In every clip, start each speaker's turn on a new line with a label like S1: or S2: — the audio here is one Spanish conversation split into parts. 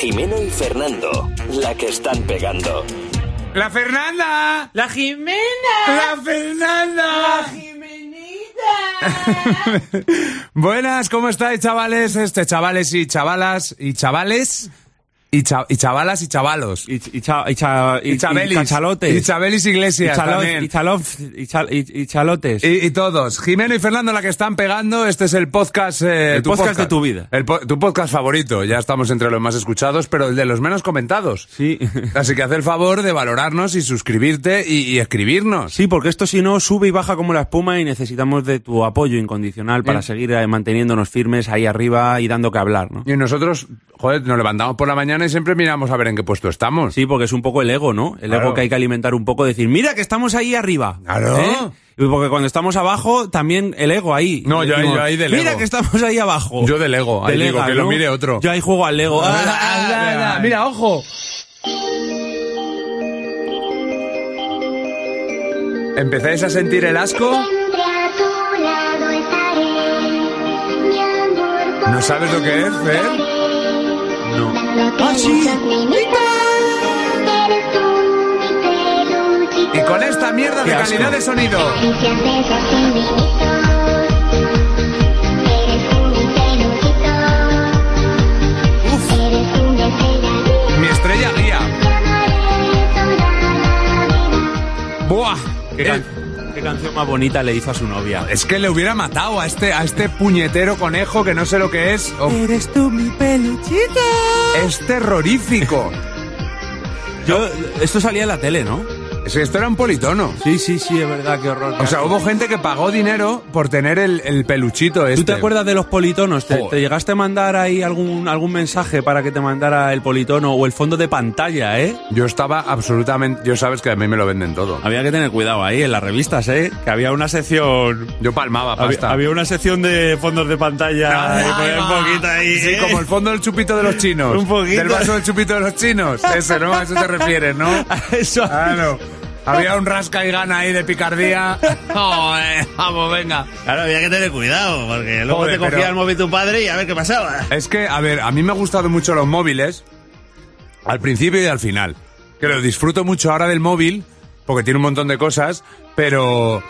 S1: Jimeno y Fernando, la que están pegando.
S2: ¡La Fernanda!
S3: ¡La Jimena!
S2: ¡La Fernanda!
S3: Jimenita!
S2: Buenas, ¿cómo estáis, chavales? Este, chavales y chavalas y chavales y, cha- y chavalas y chavalos.
S4: Y, y, cha- y, cha- y-
S2: Y
S4: y cachalotes.
S2: Y Chabelis
S4: Y
S2: Iglesias
S4: chalo-
S2: también.
S4: y chalof- y chal- y- y chalotes.
S2: Y, y todos. Jimeno y Fernando, la que están pegando. Este es el podcast. eh,
S4: El
S2: tu
S4: podcast de tu vida.
S2: El po- tu podcast favorito. Ya estamos entre los más escuchados, pero el de los menos comentados.
S4: Sí.
S2: Así que haz el favor de valorarnos y suscribirte y, y escribirnos.
S4: Sí, porque esto si no sube y baja como la espuma y necesitamos de tu apoyo incondicional para
S2: Eh.
S4: seguir eh, manteniéndonos firmes ahí arriba y dando que hablar, ¿no?
S2: Y nosotros, joder, nos levantamos por la mañana y siempre miramos a ver en qué puesto estamos.
S4: Sí, porque es un poco el ego, ¿no? El
S2: Claro.
S4: ego que hay que alimentar un poco, decir, mira que estamos ahí arriba. ¿eh?
S2: Claro.
S4: Y Porque cuando estamos abajo, también el ego ahí.
S2: No,
S4: Y
S2: yo ahí-
S4: decimos,
S2: yo ahí del
S4: Mira
S2: ego".
S4: que estamos ahí abajo.
S2: Yo del ego, ahí digo, que lo mire otro.
S4: Yo ahí juego al ego.
S2: Ah, ah, ah, mira,
S4: ojo.
S2: ¿Empezáis a sentir el asco?
S5: Siempre a tu lado estaré, mi amor. por
S2: ¿No sabes lo que es, ¿eh? Fer?
S4: No.
S5: Dándote
S4: Ah, sí.
S5: muchos minutos, eres tú mi peluchito.
S2: Y con esta mierda de
S4: Qué asco.
S2: calidad de sonido.
S5: Caricias de esos infinitos, eres tú mi peluchito. Eres una estrella mía,
S2: Mi estrella guía.
S5: te amaré toda la vida.
S2: Buah.
S4: ¿Qué,
S2: Eh,
S4: can- qué canción más bonita le hizo a su novia.
S2: Es que le hubiera matado a este, a este puñetero conejo que no sé lo que es. Oh,
S4: Eres tú mi peluchita.
S2: es terrorífico.
S4: Eh, Yo, esto salía en la tele, ¿no?
S2: Si esto era un politono.
S4: Sí, sí, sí, es verdad, qué horror.
S2: O sea, hubo gente que pagó dinero por tener el, el peluchito este.
S4: ¿Tú te acuerdas de los politonos? ¿Te,
S2: Joder.
S4: te llegaste a mandar ahí algún, algún mensaje para que te mandara el politono o el fondo de pantalla, eh?
S2: Yo estaba absolutamente... Yo sabes que a mí me lo venden todo.
S4: Había que tener cuidado ahí en las revistas, eh. Que había una sección
S2: Yo palmaba
S4: Había,
S2: pasta.
S4: había una sección de fondos de pantalla
S2: Ahí
S4: y ponía
S2: va.
S4: un poquito ahí.
S2: Sí,
S4: ¿eh?
S2: como el fondo del chupito de los chinos.
S4: Un poquito.
S2: Del vaso del chupito de los chinos. Ese, ¿no? A eso te refieres, ¿no?
S4: Eso.
S2: Claro. Había un rasca y gana ahí de picardía. Joder, vamos, venga.
S6: Claro, había que tener cuidado, porque luego
S2: Joder,
S6: te cogía
S2: pero-
S6: el móvil tu padre y a ver qué pasaba.
S2: Es que, a ver, a mí me han gustado mucho los móviles. Al principio y al final. Que lo disfruto mucho ahora del móvil, porque tiene un montón de cosas, pero...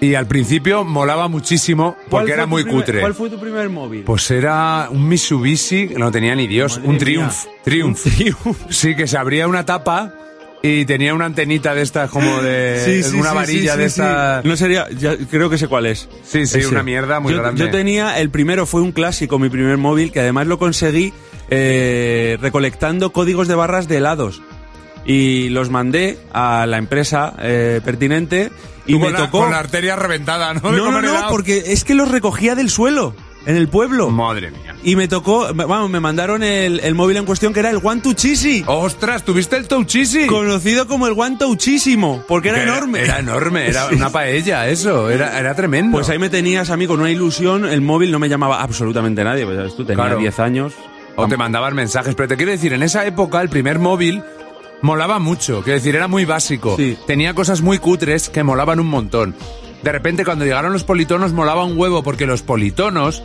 S2: Y al principio molaba muchísimo
S4: ¿Cuál
S2: porque
S4: fue
S2: era
S4: tu
S2: muy
S4: primer-
S2: cutre.
S4: ¿Cuál fue tu primer móvil?
S2: Pues era un Mitsubishi, que no tenía ni Dios,
S4: Madre
S2: un
S4: mía.
S2: Triumph. Triumph. Sí, que se abría una tapa y tenía una antenita de estas como de Eh, una varilla
S4: sí,
S2: de
S4: sí.
S2: estas.
S4: No sería, ya creo que sé cuál es.
S2: Sí, sí,
S4: Ese.
S2: una mierda muy
S4: yo,
S2: grande.
S4: Yo tenía, el primero fue un clásico, mi primer móvil, que además lo conseguí eh, recolectando códigos de barras de helados. Y los mandé a la empresa eh, pertinente y
S2: Tú
S4: me
S2: con la-
S4: tocó...
S2: con la arteria reventada, ¿no? De
S4: No, no,
S2: comer
S4: no,
S2: helado.
S4: porque es que los recogía del suelo, en el pueblo.
S2: Madre mía.
S4: Y me tocó, me- vamos, me mandaron el, el móvil en cuestión que era el One Touchisi,
S2: ¡Ostras! ¿Tuviste el Touchisi?
S4: conocido como el One Touchisimo, porque era, enorme.
S2: Era enorme, era
S4: Sí.
S2: una paella, eso. Era, era tremendo.
S4: Pues ahí me tenías a mí con una ilusión, el móvil no me llamaba absolutamente nadie, pues ¿sabes tú tenías
S2: Claro.
S4: 10 años.
S2: O te mandaban mensajes. Pero te quiero decir, en esa época el primer móvil molaba mucho. Quiero decir, era muy básico.
S4: Sí.
S2: Tenía cosas muy cutres que molaban un montón. De repente, cuando llegaron los politonos, molaba un huevo porque los politonos.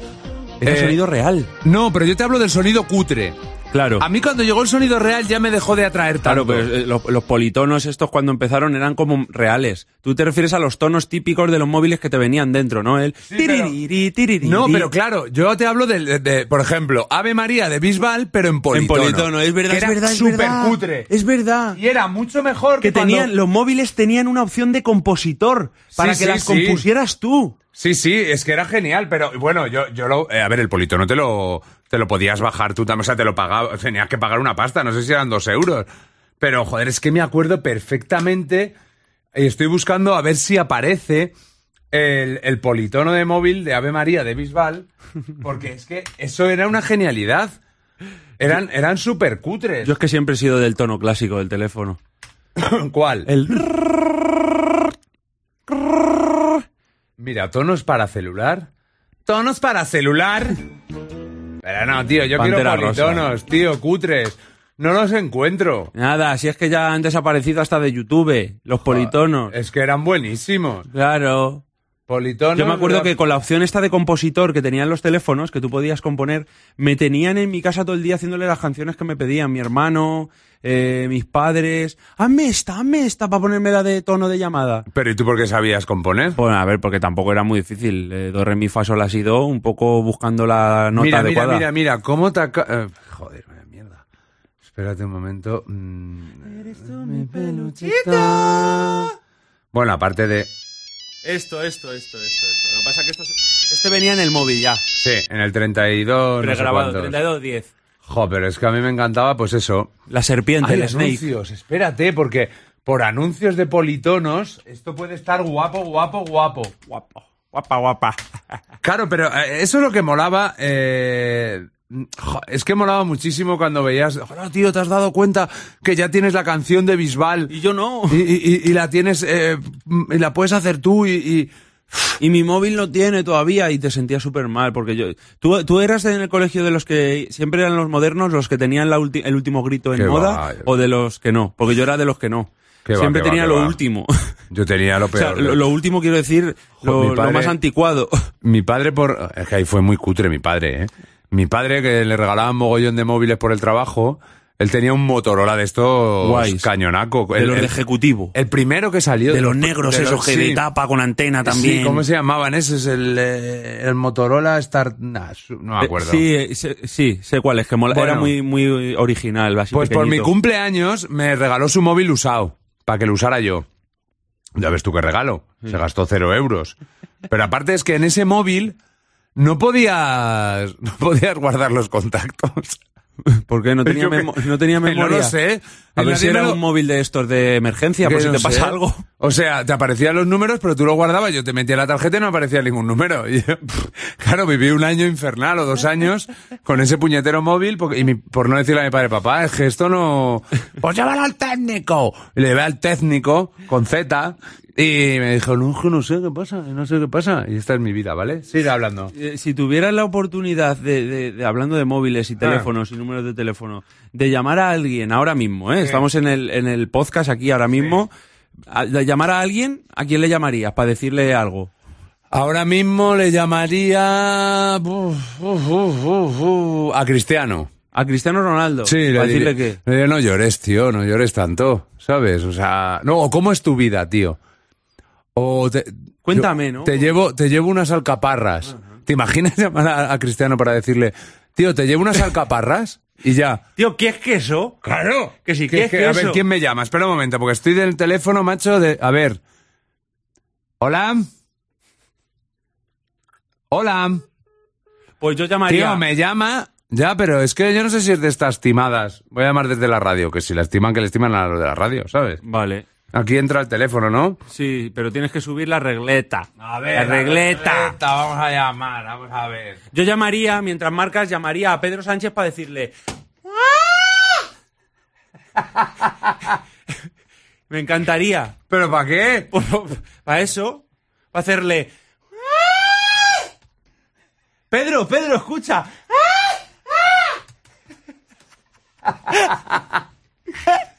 S4: Era
S2: eh,
S4: sonido real.
S2: No, pero yo te hablo del sonido cutre.
S4: Claro.
S2: A mí cuando llegó el sonido real ya me dejó de atraer tanto.
S4: Claro, pero eh, los, los politonos estos cuando empezaron eran como reales. Tú te refieres a los tonos típicos de los móviles que te venían dentro, ¿no? El
S2: pero-
S4: tiririri, tiririri.
S2: No, pero claro, yo te hablo del- de, de, por ejemplo, Ave María de Bisbal, pero en
S4: en
S2: politono.
S4: politono, es verdad,
S2: Que
S4: es
S2: era
S4: verdad, es
S2: súper
S4: verdad.
S2: cutre.
S4: Es verdad.
S2: Y era mucho mejor que,
S4: que
S2: cuando-
S4: tenían los móviles tenían una opción de compositor para
S2: Sí,
S4: que
S2: sí,
S4: las
S2: sí.
S4: compusieras tú.
S2: Sí, sí, es que era genial, pero bueno, yo, yo lo... eh, a ver, el politono te lo, te lo podías bajar tú también, o sea, te lo pagabas, tenías que pagar una pasta, no sé si eran dos euros. Pero, joder, es que me acuerdo perfectamente y estoy buscando a ver si aparece el, el politono de móvil de Ave María de Bisbal, porque es que eso era una genialidad. Eran, eran súper cutres.
S4: Yo es que siempre he sido del tono clásico del teléfono.
S2: ¿Cuál?
S4: El
S2: Mira, tonos para celular. Tonos para celular. Pero no, tío, yo
S4: Pantera
S2: quiero
S4: rosa.
S2: politonos, tío, cutres. No los encuentro.
S4: nada, si es que
S2: Eh.
S4: ya han desaparecido hasta de YouTube los politonos.
S2: Es que eran buenísimos.
S4: Claro.
S2: Politono.
S4: Yo me acuerdo
S2: ¿verdad?
S4: que con la opción esta de compositor que tenían los teléfonos, que tú podías componer, me tenían en mi casa todo el día haciéndole las canciones que me pedían mi hermano, eh, mis padres. Hazme esta, hazme esta para ponerme la de tono de llamada.
S2: Pero ¿y tú por qué sabías componer?
S4: Bueno, a ver, porque tampoco era muy difícil. Eh, do, re, mi, fa, sol, la, si, do, un poco buscando la nota
S2: mira, mira,
S4: adecuada.
S2: mira, mira, cómo te... aca- eh, joder, vaya mierda. Espérate un momento. Mm. Bueno, aparte de...
S4: Esto, esto, esto, esto, esto. Lo que pasa es que esto... se- Este venía en el móvil ya,
S2: Sí, en el 32, no sé
S4: pregrabado,
S2: cuántos.
S4: 32-10.
S2: Jo, pero es que a mí me encantaba, pues eso.
S4: La serpiente,
S2: Ay,
S4: el snake.
S2: anuncios, espérate, porque por anuncios de politonos, esto puede estar guapo, guapo, guapo.
S4: Guapo, guapa, guapa.
S2: Claro, pero eh, eso es lo que molaba. eh, jo, es que molaba muchísimo cuando veías, "Joder, tío, te has dado cuenta que ya tienes la canción de Bisbal
S4: Y yo no.
S2: y, y- y- y la tienes, eh, y la puedes hacer tú y, y-
S4: Y mi móvil no tiene todavía y te sentías súper mal porque yo... ¿tú, tú eras en el colegio de los que siempre eran los modernos, los que tenían la ulti- el último grito en
S2: Qué
S4: moda
S2: va, eh.
S4: o de los que no, porque yo era de los que no.
S2: Qué va,
S4: siempre
S2: qué va,
S4: tenía
S2: qué
S4: lo
S2: va.
S4: último.
S2: yo tenía lo
S4: o sea,
S2: peor.
S4: lo, lo último quiero decir,
S2: Jo,
S4: lo-
S2: mi
S4: lo
S2: padre-
S4: más anticuado.
S2: Mi padre por... Es que ahí fue muy cutre mi padre, ¿eh? Mi padre, que le regalaban mogollón de móviles por el trabajo, él tenía un Motorola de estos
S4: Guays.
S2: cañonaco.
S4: de los de ejecutivo.
S2: Pues el primero que salió.
S4: de los negros
S2: de los-
S4: esos que
S2: sí.
S4: de tapa con antena también.
S2: Sí, ¿cómo se llamaban esos? El, eh, el Motorola Star... nah, su- no me acuerdo.
S4: Sí, eh, sé- sí, sé cuál es, que mola-
S2: Bueno.
S4: era muy, muy original. así
S2: Pues por mi
S4: pequeñito.
S2: cumpleaños me regaló su móvil usado, para que lo usara yo. Ya ves tú qué regalo. Se gastó cero euros. Pero aparte es que en ese móvil no podías, no podías guardar los contactos.
S4: ¿Por qué no tenía,
S2: Yo que-
S4: memo- no tenía memoria?
S2: No lo sé.
S4: A ver
S2: Nadie
S4: si
S2: me
S4: era
S2: lo-
S4: un móvil de estos de emergencia,
S2: que
S4: por pues si
S2: no
S4: te
S2: sé.
S4: pasa algo.
S2: O sea, te aparecían los números, pero tú los guardabas. Yo te metía la tarjeta y no aparecía ningún número. Y yo, claro, viví un año infernal o dos años con ese puñetero móvil. Porque, y mi- por no decirle a mi padre, papá, es que esto no. Pues llévalo al técnico. Y le llevé al técnico con Z. Y me dijo, no, es que no sé qué pasa, no sé qué pasa. Y esta es mi vida, ¿vale? Sigue hablando.
S4: Eh, si tuvieras la oportunidad de, de- de- hablando de móviles y
S2: Ah.
S4: teléfonos y números de teléfono, de llamar a alguien ahora mismo, ¿eh? estamos en el, en el podcast aquí ahora mismo, a- de llamar a alguien, ¿a quién le llamarías para decirle algo?
S2: Ahora mismo le llamaría. uf, uf, uf, uf, uf, a Cristiano.
S4: A Cristiano Ronaldo,
S2: Sí,
S4: para
S2: le
S4: decirle
S2: diré-
S4: que...
S2: le diré, no llores, tío, no llores tanto, ¿sabes? O sea, no, o ¿cómo es tu vida, tío? O te-
S4: Cuéntame,
S2: yo-
S4: ¿no?
S2: Te llevo, te llevo unas alcaparras. ¿Te imaginas llamar a, a Cristiano para decirle, tío, te llevo unas alcaparras? Y ya.
S4: Tío, ¿qué es queso?
S2: Claro.
S4: Que sí,
S2: Que,
S4: que es
S2: que- a ver,
S4: queso.
S2: ¿quién me llama? Espera un momento, porque estoy del teléfono, macho, de... A ver. Hola. Hola.
S4: Pues yo llamaría...
S2: Tío, me llama. Ya, pero es que yo no sé si es de estas timadas. Voy a llamar desde la radio, que si la estiman, que le estiman a los de la radio, ¿sabes?
S4: Vale,
S2: Aquí entra el teléfono, ¿no?
S4: sí, pero tienes que subir la regleta. la regleta.
S2: Vamos a llamar, vamos a ver.
S4: Yo llamaría, mientras marcas, llamaría a Pedro Sánchez para decirle. "Ah". Me encantaría.
S2: ¿Pero para qué?
S4: Para eso, para hacerle. "Ah". Pedro, Pedro, escucha.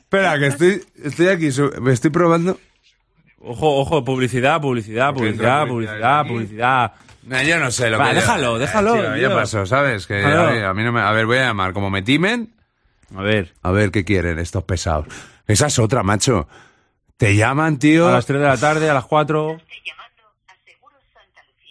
S2: Espera, que estoy, estoy aquí, su- me estoy probando.
S4: Ojo, ojo, publicidad, publicidad,
S2: Porque entra
S4: publicidad,
S2: publicidad
S4: publicidad,
S2: aquí. No,
S4: publicidad.
S2: yo no sé lo
S4: Va,
S2: que. yo-
S4: déjalo,
S2: Eh,
S4: déjalo,
S2: tío, ya
S4: tío.
S2: pasó, ¿sabes? Que a,
S4: Déjalo.
S2: ver, a mí no me. A ver, voy a llamar. Como me timen,
S4: A ver,
S2: a ver qué quieren estos pesados. Esa es otra, macho. Te llaman, tío.
S4: a las 3 de la tarde, a las 4.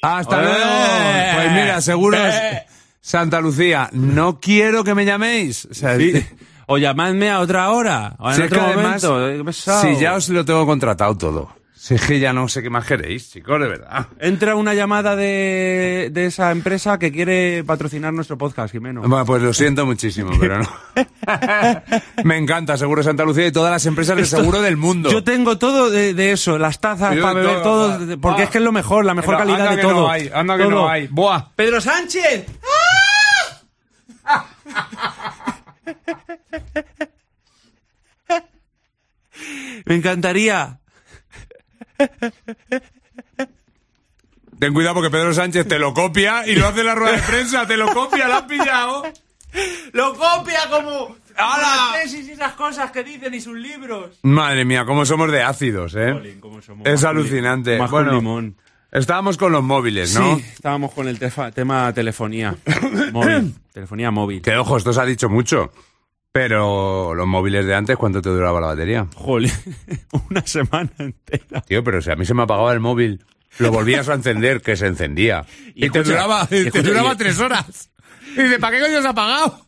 S2: ¡Hasta
S4: ¡Eh!
S2: luego! Pues mira, seguros.
S4: ¡Eh!
S2: Santa Lucía, no quiero que me llaméis. O sea,
S4: Sí.
S2: si
S4: O llamadme a otra hora. O en
S2: es
S4: otro
S2: que además,
S4: momento. Eh, qué pesado.
S2: si ya os lo tengo contratado todo. Si es que ya no sé qué más queréis, chicos, de verdad.
S4: Entra una llamada de, de esa empresa que quiere patrocinar nuestro podcast, Jimeno.
S2: Bueno, pues lo siento muchísimo, pero no. me encanta Seguro Santa Lucía y todas las empresas de seguro del mundo.
S4: Yo tengo todo de, de eso, las tazas
S2: Yo
S4: para
S2: de
S4: beber
S2: todo,
S4: todo,
S2: va.
S4: de- porque
S2: Va.
S4: es que es lo mejor, la mejor
S2: Anda-
S4: calidad
S2: anda
S4: de
S2: que no
S4: todo.
S2: hay, anda que no
S4: Todo.
S2: hay. Buah.
S4: Pedro Sánchez. Me encantaría.
S2: Ten cuidado porque Pedro Sánchez te lo copia y lo hace en la rueda de prensa, te lo copia, lo has pillado.
S4: Lo copia como
S2: ¡Hala!
S4: las tesis y esas cosas que dicen y sus libros.
S2: Madre mía, cómo somos de ácidos, ¿eh?
S4: Jolín, cómo somos
S2: Es
S4: más que un li-
S2: alucinante.
S4: Más que
S2: Bueno,
S4: un limón.
S2: Estábamos con los móviles, ¿no?
S4: Sí, estábamos con el tefa- tema telefonía móvil. telefonía móvil.
S2: Que ojo, esto se ha dicho mucho. Pero los móviles de antes, ¿cuánto te duraba la batería?
S4: Jolín, una semana entera.
S2: Tío, pero si a mí se me apagaba el móvil, lo volvías a encender, que se encendía.
S4: Y escucha,
S2: te
S4: escucha, y-
S2: tres horas. Y dice, ¿para qué coño se ha apagado?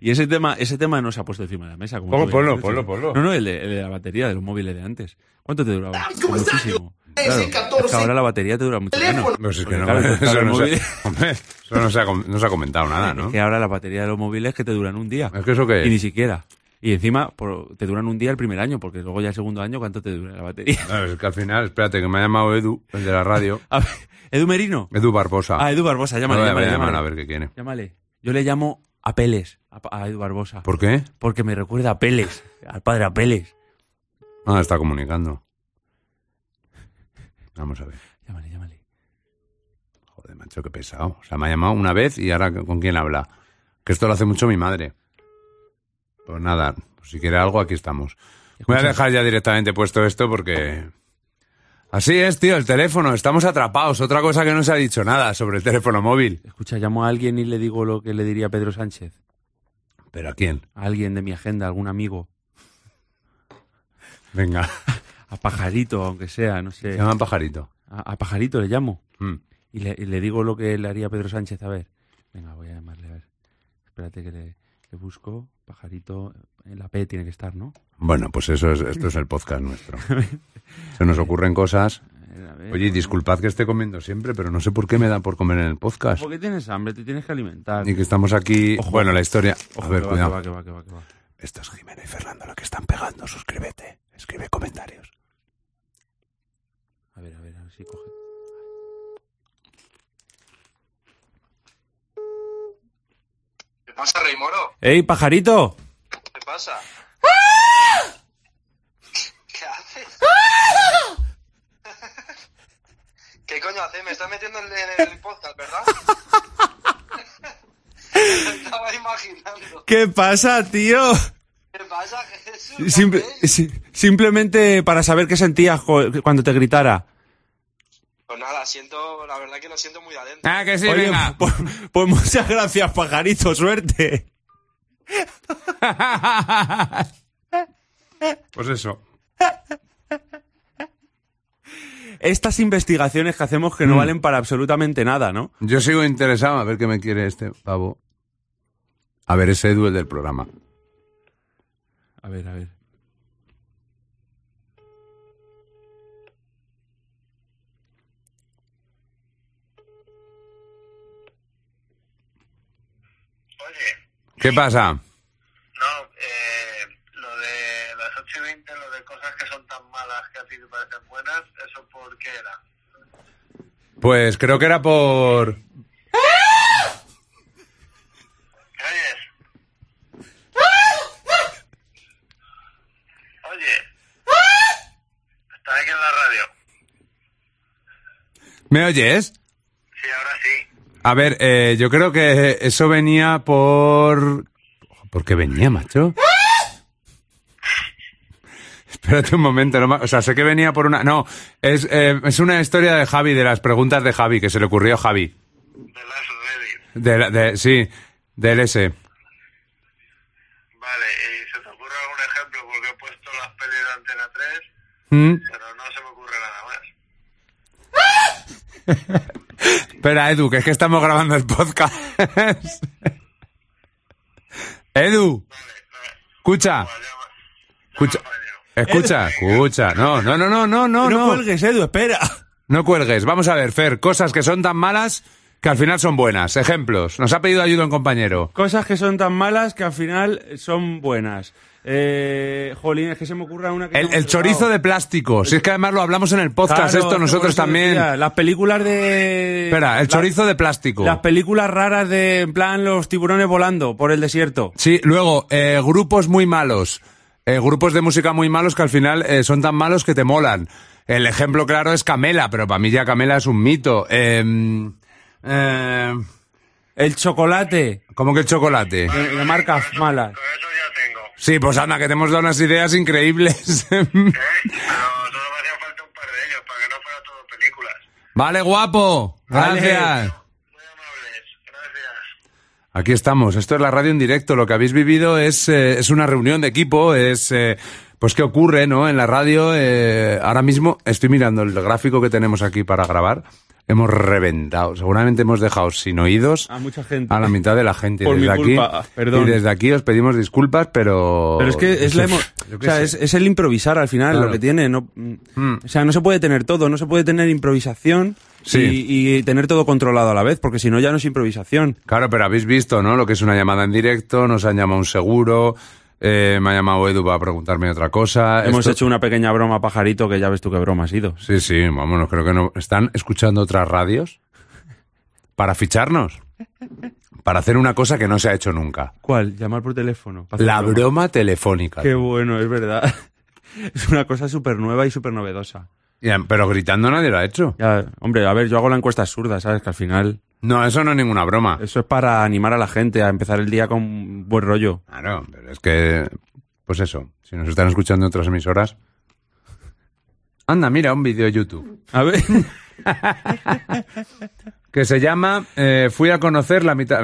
S4: Y ese tema, ese tema no se ha puesto encima de la mesa. Como
S2: Ponlo,
S4: tú bien
S2: ponlo,
S4: has
S2: ponlo,
S4: dicho.
S2: ponlo.
S4: No, no, el de, el de la batería de los móviles de antes. ¿Cuánto te duraba?
S3: Ah, ¿cómo estás?
S4: Muchísimo.
S3: Ese
S4: Claro, es que
S3: 14.
S4: ahora la batería te dura mucho menos.
S2: No sé, Pues es que
S4: Porque
S2: no.
S4: claro, claro,
S2: eso
S4: el
S2: no se,
S4: móvil-
S2: hombre, eso no se ha, com- no se ha comentado nada, ¿no? Eh.
S4: Es que ahora la batería de los móviles que te duran un día.
S2: Es que eso que
S4: Y ni siquiera. Y encima por- te duran un día el primer año, porque luego ya el segundo año, ¿cuánto te dura la batería?
S2: Claro, es que al final, espérate, que me ha llamado Edu, el de la radio.
S4: A ver, Edu Merino.
S2: Edu Barbosa.
S4: Ah, Edu Barbosa, llámale,
S2: Voy a- voy
S4: llámale,
S2: a llamar
S4: llámale.
S2: a ver qué quiere.
S4: Llámale. Yo le llamo Apeles, a, a Edu Barbosa.
S2: ¿Por qué?
S4: Porque me recuerda a Peles, al padre Apeles.
S2: Ah, está comunicando. Vamos a ver.
S4: Llámale, llámale.
S2: Joder, macho, qué pesado. O sea, me ha llamado una vez y ahora con quién habla. Que esto lo hace mucho mi madre. Pues nada, si quiere algo, aquí estamos. Voy a dejar ya directamente puesto esto porque... Así es, tío, el teléfono. Estamos atrapados. Otra cosa que no se ha dicho nada sobre el teléfono móvil.
S4: Escucha, llamo a alguien y le digo lo que le diría a Pedro Sánchez.
S2: ¿Pero a quién?
S4: A alguien de mi agenda, algún amigo.
S2: Venga,
S4: A Pajarito, aunque sea, no sé.
S2: llama a pajarito.
S4: A, a Pajarito le llamo.
S2: Mm.
S4: Y le, y le digo lo que le haría a Pedro Sánchez. A ver. Venga, voy a llamarle, a ver. Espérate que le, le busco. Pajarito, en la P tiene que estar, ¿no?
S2: Bueno, pues eso es, esto es el podcast nuestro. Se nos ocurren cosas.
S4: A ver,
S2: Oye, y disculpad que esté comiendo siempre, pero no sé por qué me da por comer en el podcast.
S4: ¿Por qué tienes hambre? Te tienes que alimentar.
S2: Y que estamos aquí.
S4: Ojo.
S2: Bueno, la historia.
S4: Ojo,
S2: a ver,
S4: que va,
S2: cuidado.
S4: que va, que va, que va, que va.
S2: Esto es Jimena y Fernando lo que están pegando. Suscríbete. Escribe comentarios.
S4: A ver, a ver, a ver si coge.
S3: ¿Qué pasa, Rey Moro?
S4: ¡Ey, Pajarito!
S3: ¿Qué pasa? ¿Qué haces? ¿Qué coño haces? Me estás metiendo en en el podcast, ¿verdad? Me Estaba imaginando.
S4: ¿Qué pasa, tío?
S3: ¿Qué pasa, Jesús? ¿Qué
S4: Simple-
S3: haces?
S4: si- simplemente para saber qué sentías jo- cuando te gritara.
S3: Pues nada, siento, la verdad que lo siento muy adentro.
S2: Ah, que sí,
S4: Oye,
S2: venga.
S4: Pues, pues muchas gracias, pajarito, suerte.
S2: Pues eso.
S4: Estas investigaciones que hacemos que no
S2: Mm.
S4: valen para absolutamente nada, ¿no?
S2: Yo sigo interesado a ver qué me quiere este pavo. A ver, ese Edu, el del programa.
S4: A ver, a ver.
S7: Oye,
S2: ¿Qué pasa?
S7: no, eh, lo de las 8 y 20, lo de cosas que son tan malas que a ti te parecen buenas, ¿eso por qué era?
S2: Pues creo que era por.
S7: ¿Me oyes? Oye, estás aquí en la radio.
S2: ¿Me oyes?
S7: Sí, ahora sí.
S2: A ver, eh, yo creo que eso venía por... ¿Por qué venía, macho? Espérate un momento, no ma- o sea, sé que venía por una... No, es, eh, es una historia de Javi, de las preguntas de Javi, que se le ocurrió a Javi.
S7: De las Reddit.
S2: De, la- de- sí, del S.
S7: Vale, ¿y se te ocurre algún ejemplo? Porque he puesto las pelis de Antena 3,
S2: ¿Mm?
S7: pero no se me ocurre nada más.
S2: Espera, Edu, que es que estamos grabando el podcast. Edu, escucha,
S7: Vale, ya me- ya me
S2: Escucha.
S7: apaño.
S2: escucha, escucha. No, no, no, no, no, no.
S4: No cuelgues, Edu, espera.
S2: No cuelgues. Vamos a ver, Fer, cosas que son tan malas que al final son buenas. Ejemplos. Nos ha pedido ayuda un compañero.
S4: Cosas que son tan malas que al final son buenas. Eh, jolín, es que se me ocurra una que...
S2: El,
S4: no hemos
S2: el chorizo
S4: tratado.
S2: de plástico. Si es que además lo hablamos en el podcast,
S4: Claro, es
S2: esto
S4: que por
S2: nosotros
S4: eso
S2: también.
S4: decía, las películas de...
S2: Espera, el
S4: las-
S2: chorizo de plástico.
S4: Las películas raras de, en plan, los tiburones volando por el desierto.
S2: Sí, luego, eh, grupos muy malos. Eh, grupos de música muy malos que al final eh, son tan malos que te molan. El ejemplo claro es Camela, pero para mí ya Camela es un mito. Em, eh,
S4: El chocolate.
S2: ¿Cómo que el chocolate?
S4: De, de marcas malas.
S7: Con eso ya tengo.
S2: Sí, pues anda, que te hemos dado unas ideas increíbles.
S7: ¿Eh? Pero solo me hacía falta un par de ellos para que no fuera todo películas.
S2: Vale, guapo.
S4: Vale.
S2: Gracias.
S7: Muy amables. Gracias.
S2: Aquí estamos. Esto es la radio en directo. Lo que habéis vivido es, eh, es una reunión de equipo. Es, eh, pues, ¿qué ocurre, no? En la radio, eh, ahora mismo estoy mirando el gráfico que tenemos aquí para grabar. Hemos reventado. Seguramente hemos dejado sin oídos
S4: A mucha gente.
S2: a la mitad de la gente. Y
S4: Por mi
S2: desde
S4: culpa,
S2: aquí,
S4: perdón.
S2: Y desde aquí os pedimos disculpas, pero.
S4: Pero es que es, la emo-
S2: Yo
S4: o
S2: qué
S4: sea,
S2: sé.
S4: es, es el improvisar al final
S2: Claro. Mm.
S4: lo que tiene. No, O sea, no se puede tener todo, no se puede tener improvisación
S2: Sí.
S4: y, y tener todo controlado a la vez, porque si no ya no es improvisación.
S2: Claro, pero habéis visto, ¿no? Lo que es una llamada en directo, nos han llamado un seguro, eh, me ha llamado Edu para preguntarme otra cosa.
S4: Hemos
S2: Esto-
S4: hecho una pequeña broma pajarito que ya ves tú qué broma ha sido.
S2: Sí, sí, vámonos, creo que no. ¿Están escuchando otras radios? Para ficharnos. Para hacer una cosa que no se ha hecho nunca.
S4: ¿Cuál? Llamar por teléfono. para hacer
S2: La
S4: broma.
S2: broma telefónica.
S4: Qué bueno, es verdad. Es una cosa súper nueva y súper novedosa.
S2: Ya, Pero gritando nadie lo ha hecho.
S4: Ya, hombre, a ver, yo hago la encuesta absurda, ¿sabes? Que al final
S2: No, eso no es ninguna broma.
S4: eso es para animar a la gente a empezar el día con buen rollo.
S2: Claro, pero es que. Pues eso, si nos están escuchando en otras emisoras. Anda, mira un vídeo de YouTube.
S4: A ver.
S2: Que se llama eh, Fui a conocer la mitad.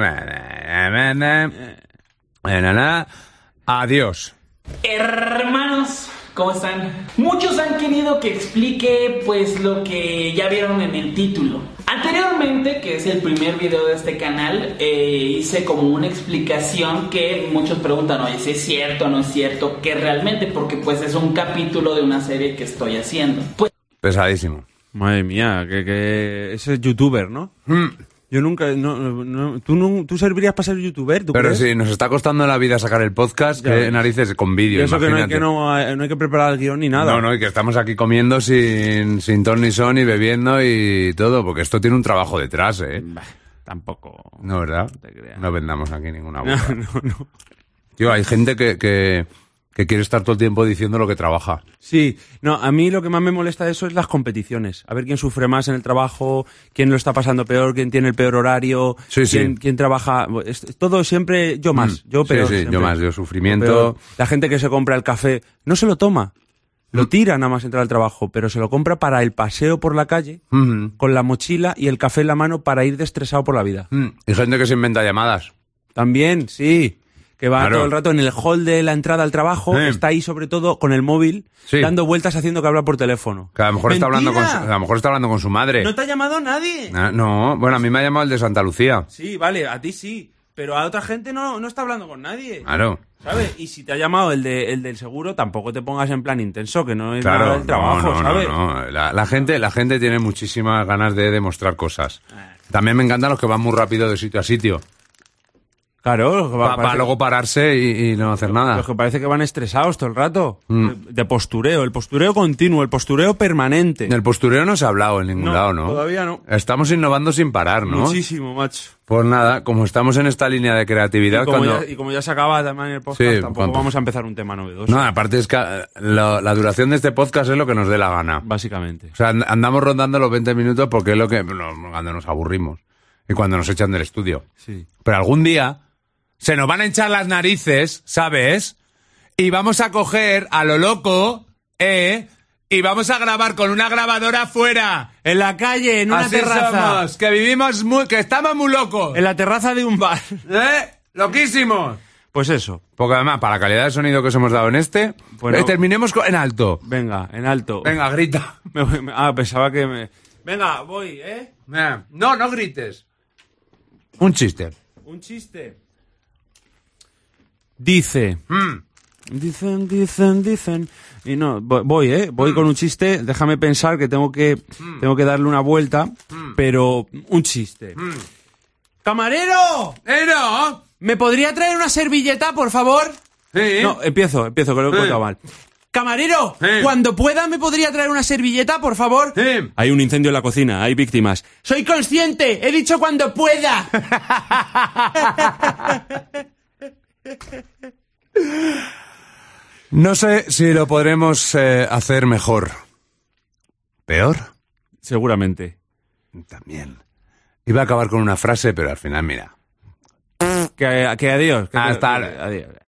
S2: Adiós.
S8: Hermanos, ¿cómo están? Muchos han querido que explique pues lo que ya vieron en el título. Anteriormente, que es el primer video de este canal, eh, hice como una explicación que muchos preguntan, oye, si es cierto o no es cierto, que realmente, porque pues es un capítulo de una serie que estoy haciendo. Pues
S2: Pesadísimo.
S4: Madre mía, que, que ese es youtuber, ¿no?
S2: Hmm.
S4: Yo nunca, no, no- ¿tú, no- tú servirías para ser youtuber, ¿tú
S2: Pero
S4: crees?
S2: si nos está costando la vida sacar el podcast,
S4: Ya
S2: que
S4: ves.
S2: narices con
S4: Y
S2: vídeo.
S4: eso que no, hay
S2: imagínate.
S4: que no, hay- no hay que preparar el guión ni nada.
S2: No, no, y que estamos aquí comiendo sin, sin ton ni son y bebiendo y todo, porque esto tiene un trabajo detrás, ¿eh?
S4: Bah, tampoco.
S2: No, ¿verdad?
S4: Mm. te creas.
S2: No vendamos aquí ninguna
S4: No,
S2: burra.
S4: no, no.
S2: Tío, hay gente que, que, que quiere estar todo el tiempo diciendo lo que trabaja.
S4: Sí, no, a mí lo que más me molesta de eso es las competiciones. A ver quién sufre más en el trabajo, quién lo está pasando peor, quién tiene el peor horario,
S2: Sí, sí.
S4: quién, quién trabaja. es- todo siempre yo más,
S2: Mm,
S4: Pues yo
S2: sí,
S4: peor.
S2: sí, yo
S4: siempre.
S2: más, yo sufrimiento.
S4: peor. La gente que se compra el café no se lo toma,
S2: Mm.
S4: lo tira nada más entrar al trabajo, pero se lo compra para el paseo por la calle,
S2: Ujú.
S4: con la mochila y el café en la mano para ir destresado por la vida.
S2: Mm, Y gente que se inventa llamadas.
S4: También, sí. Que va
S2: Claro.
S4: todo el rato en el hall de la entrada al trabajo,
S2: Sí.
S4: está ahí sobre todo con el móvil,
S2: Sí.
S4: dando vueltas haciendo que habla por teléfono.
S2: Que a lo mejor está hablando con, su-
S4: ¡Mentira!
S2: a lo mejor está hablando con su madre.
S4: No te ha llamado nadie.
S2: Ah, no, bueno, a mí me ha llamado el de Santa Lucía.
S4: Sí, vale, a ti sí. Pero a otra gente no, no está hablando con nadie.
S2: Claro.
S4: ¿Sabes? Y si te ha llamado el, de, el del seguro, tampoco te pongas en plan intenso, que no es
S2: Claro,
S4: nada del trabajo,
S2: no, no,
S4: ¿sabes?
S2: no, no. La, la gente, la gente tiene muchísimas ganas de demostrar cosas. También me encantan los que van muy rápido de sitio a sitio.
S4: Claro, que va-
S2: Para
S4: parece-
S2: luego pararse y, y no hacer nada. Mm.
S4: Los que parece que van estresados todo el rato. De, de postureo, el postureo continuo, el postureo permanente.
S2: Del postureo no se ha hablado en ningún
S4: No,
S2: lado, ¿no?
S4: todavía no.
S2: Estamos innovando sin parar, ¿no?
S4: Muchísimo, macho.
S2: Pues nada, como estamos en esta línea de creatividad,
S4: Y como,
S2: cuando...
S4: ya, y como ya se acaba también el podcast,
S2: Sí,
S4: tampoco
S2: cuando-
S4: vamos a empezar un tema novedoso,
S2: No, aparte es que eh, lo- la duración de este podcast es lo que nos dé la gana.
S4: básicamente.
S2: O sea, and- andamos rondando los 20 minutos porque es lo que no, cuando nos aburrimos y cuando nos echan del estudio.
S4: Sí.
S2: Pero algún día se nos van a hinchar las narices, ¿sabes? Y vamos a coger a lo loco, ¿eh? Y vamos a grabar con una grabadora afuera.
S4: En la calle, en una
S2: Así
S4: terraza.
S2: somos, que vivimos muy, que estamos muy locos.
S4: En la terraza de un bar.
S2: ¿Eh? Loquísimos.
S4: Pues eso.
S2: Porque además, para la calidad de sonido que os hemos dado en este,
S4: Bueno.
S2: eh, terminemos co- en alto.
S4: Venga, en alto.
S2: Venga, grita.
S4: Me voy- me- ah, pensaba que me... Venga, voy, ¿eh?
S2: Eh, No, no grites. Un chiste.
S4: Un chiste. Dice...
S2: Mm.
S4: Dicen, dicen, dicen. Y no, vo- voy, ¿eh? Voy
S2: Hmm.
S4: con un chiste. Déjame pensar que tengo que, tengo que darle una vuelta.
S2: Hmm.
S4: Pero un chiste. ¡Camarero!
S2: ¡Eh, no!
S4: ¿Me podría traer una servilleta, por favor?
S2: Sí.
S4: No, empiezo, empiezo, que lo he
S2: Sí.
S4: contado mal. Camarero,
S2: Sí.
S4: cuando pueda, ¿me podría traer una servilleta, por favor?
S2: Sí.
S4: Hay un incendio en la cocina, hay víctimas. Soy consciente, he dicho cuando pueda.
S2: No sé si lo podremos eh, hacer mejor. ¿Peor?
S4: Seguramente.
S2: También. Iba a acabar con una frase, pero al final, mira.
S4: Que, que adiós. que-
S2: Hasta-
S4: adiós.